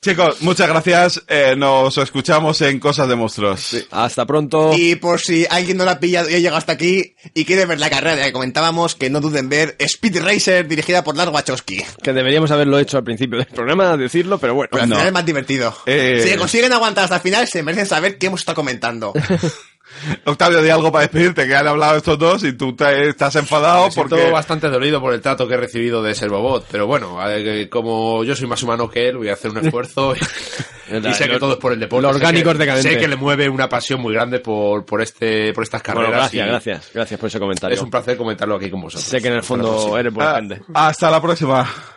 Speaker 5: chicos, muchas gracias. Eh, nos escuchamos en Cosas de Monstruos.
Speaker 4: Hasta pronto.
Speaker 6: Y por si alguien no la ha pillado y ha llegado hasta aquí y quiere ver la carrera de la que comentábamos, que no duden en ver Speed Racer dirigida por Lars Wachowski.
Speaker 4: Que deberíamos haberlo hecho al principio del programa, decirlo, pero bueno.
Speaker 6: Pero al
Speaker 5: No.
Speaker 6: final es más divertido.
Speaker 5: Eh.
Speaker 6: Si consiguen aguantar hasta el final, se merecen saber qué hemos estado comentando.
Speaker 5: Octavio, di algo para despedirte, que han hablado estos dos y tú te- estás enfadado
Speaker 7: Me siento
Speaker 5: porque...
Speaker 7: bastante dolido por el trato que he recibido de Servobot, pero bueno, a ver, que como yo soy más humano que él, voy a hacer un esfuerzo y, y sé que todo es por el deporte.
Speaker 4: Lo
Speaker 7: sé
Speaker 4: orgánico
Speaker 7: que-
Speaker 4: es decadente.
Speaker 7: Sé que le mueve una pasión muy grande por, por, este, por estas carreras.
Speaker 4: Bueno, gracias,
Speaker 7: y
Speaker 4: gracias. Gracias por ese comentario.
Speaker 7: Es un placer comentarlo aquí con vosotros.
Speaker 4: Sé que en el
Speaker 7: Hasta la próxima.
Speaker 4: fondo eres buena
Speaker 5: Ah,
Speaker 4: gente.
Speaker 5: hasta la próxima.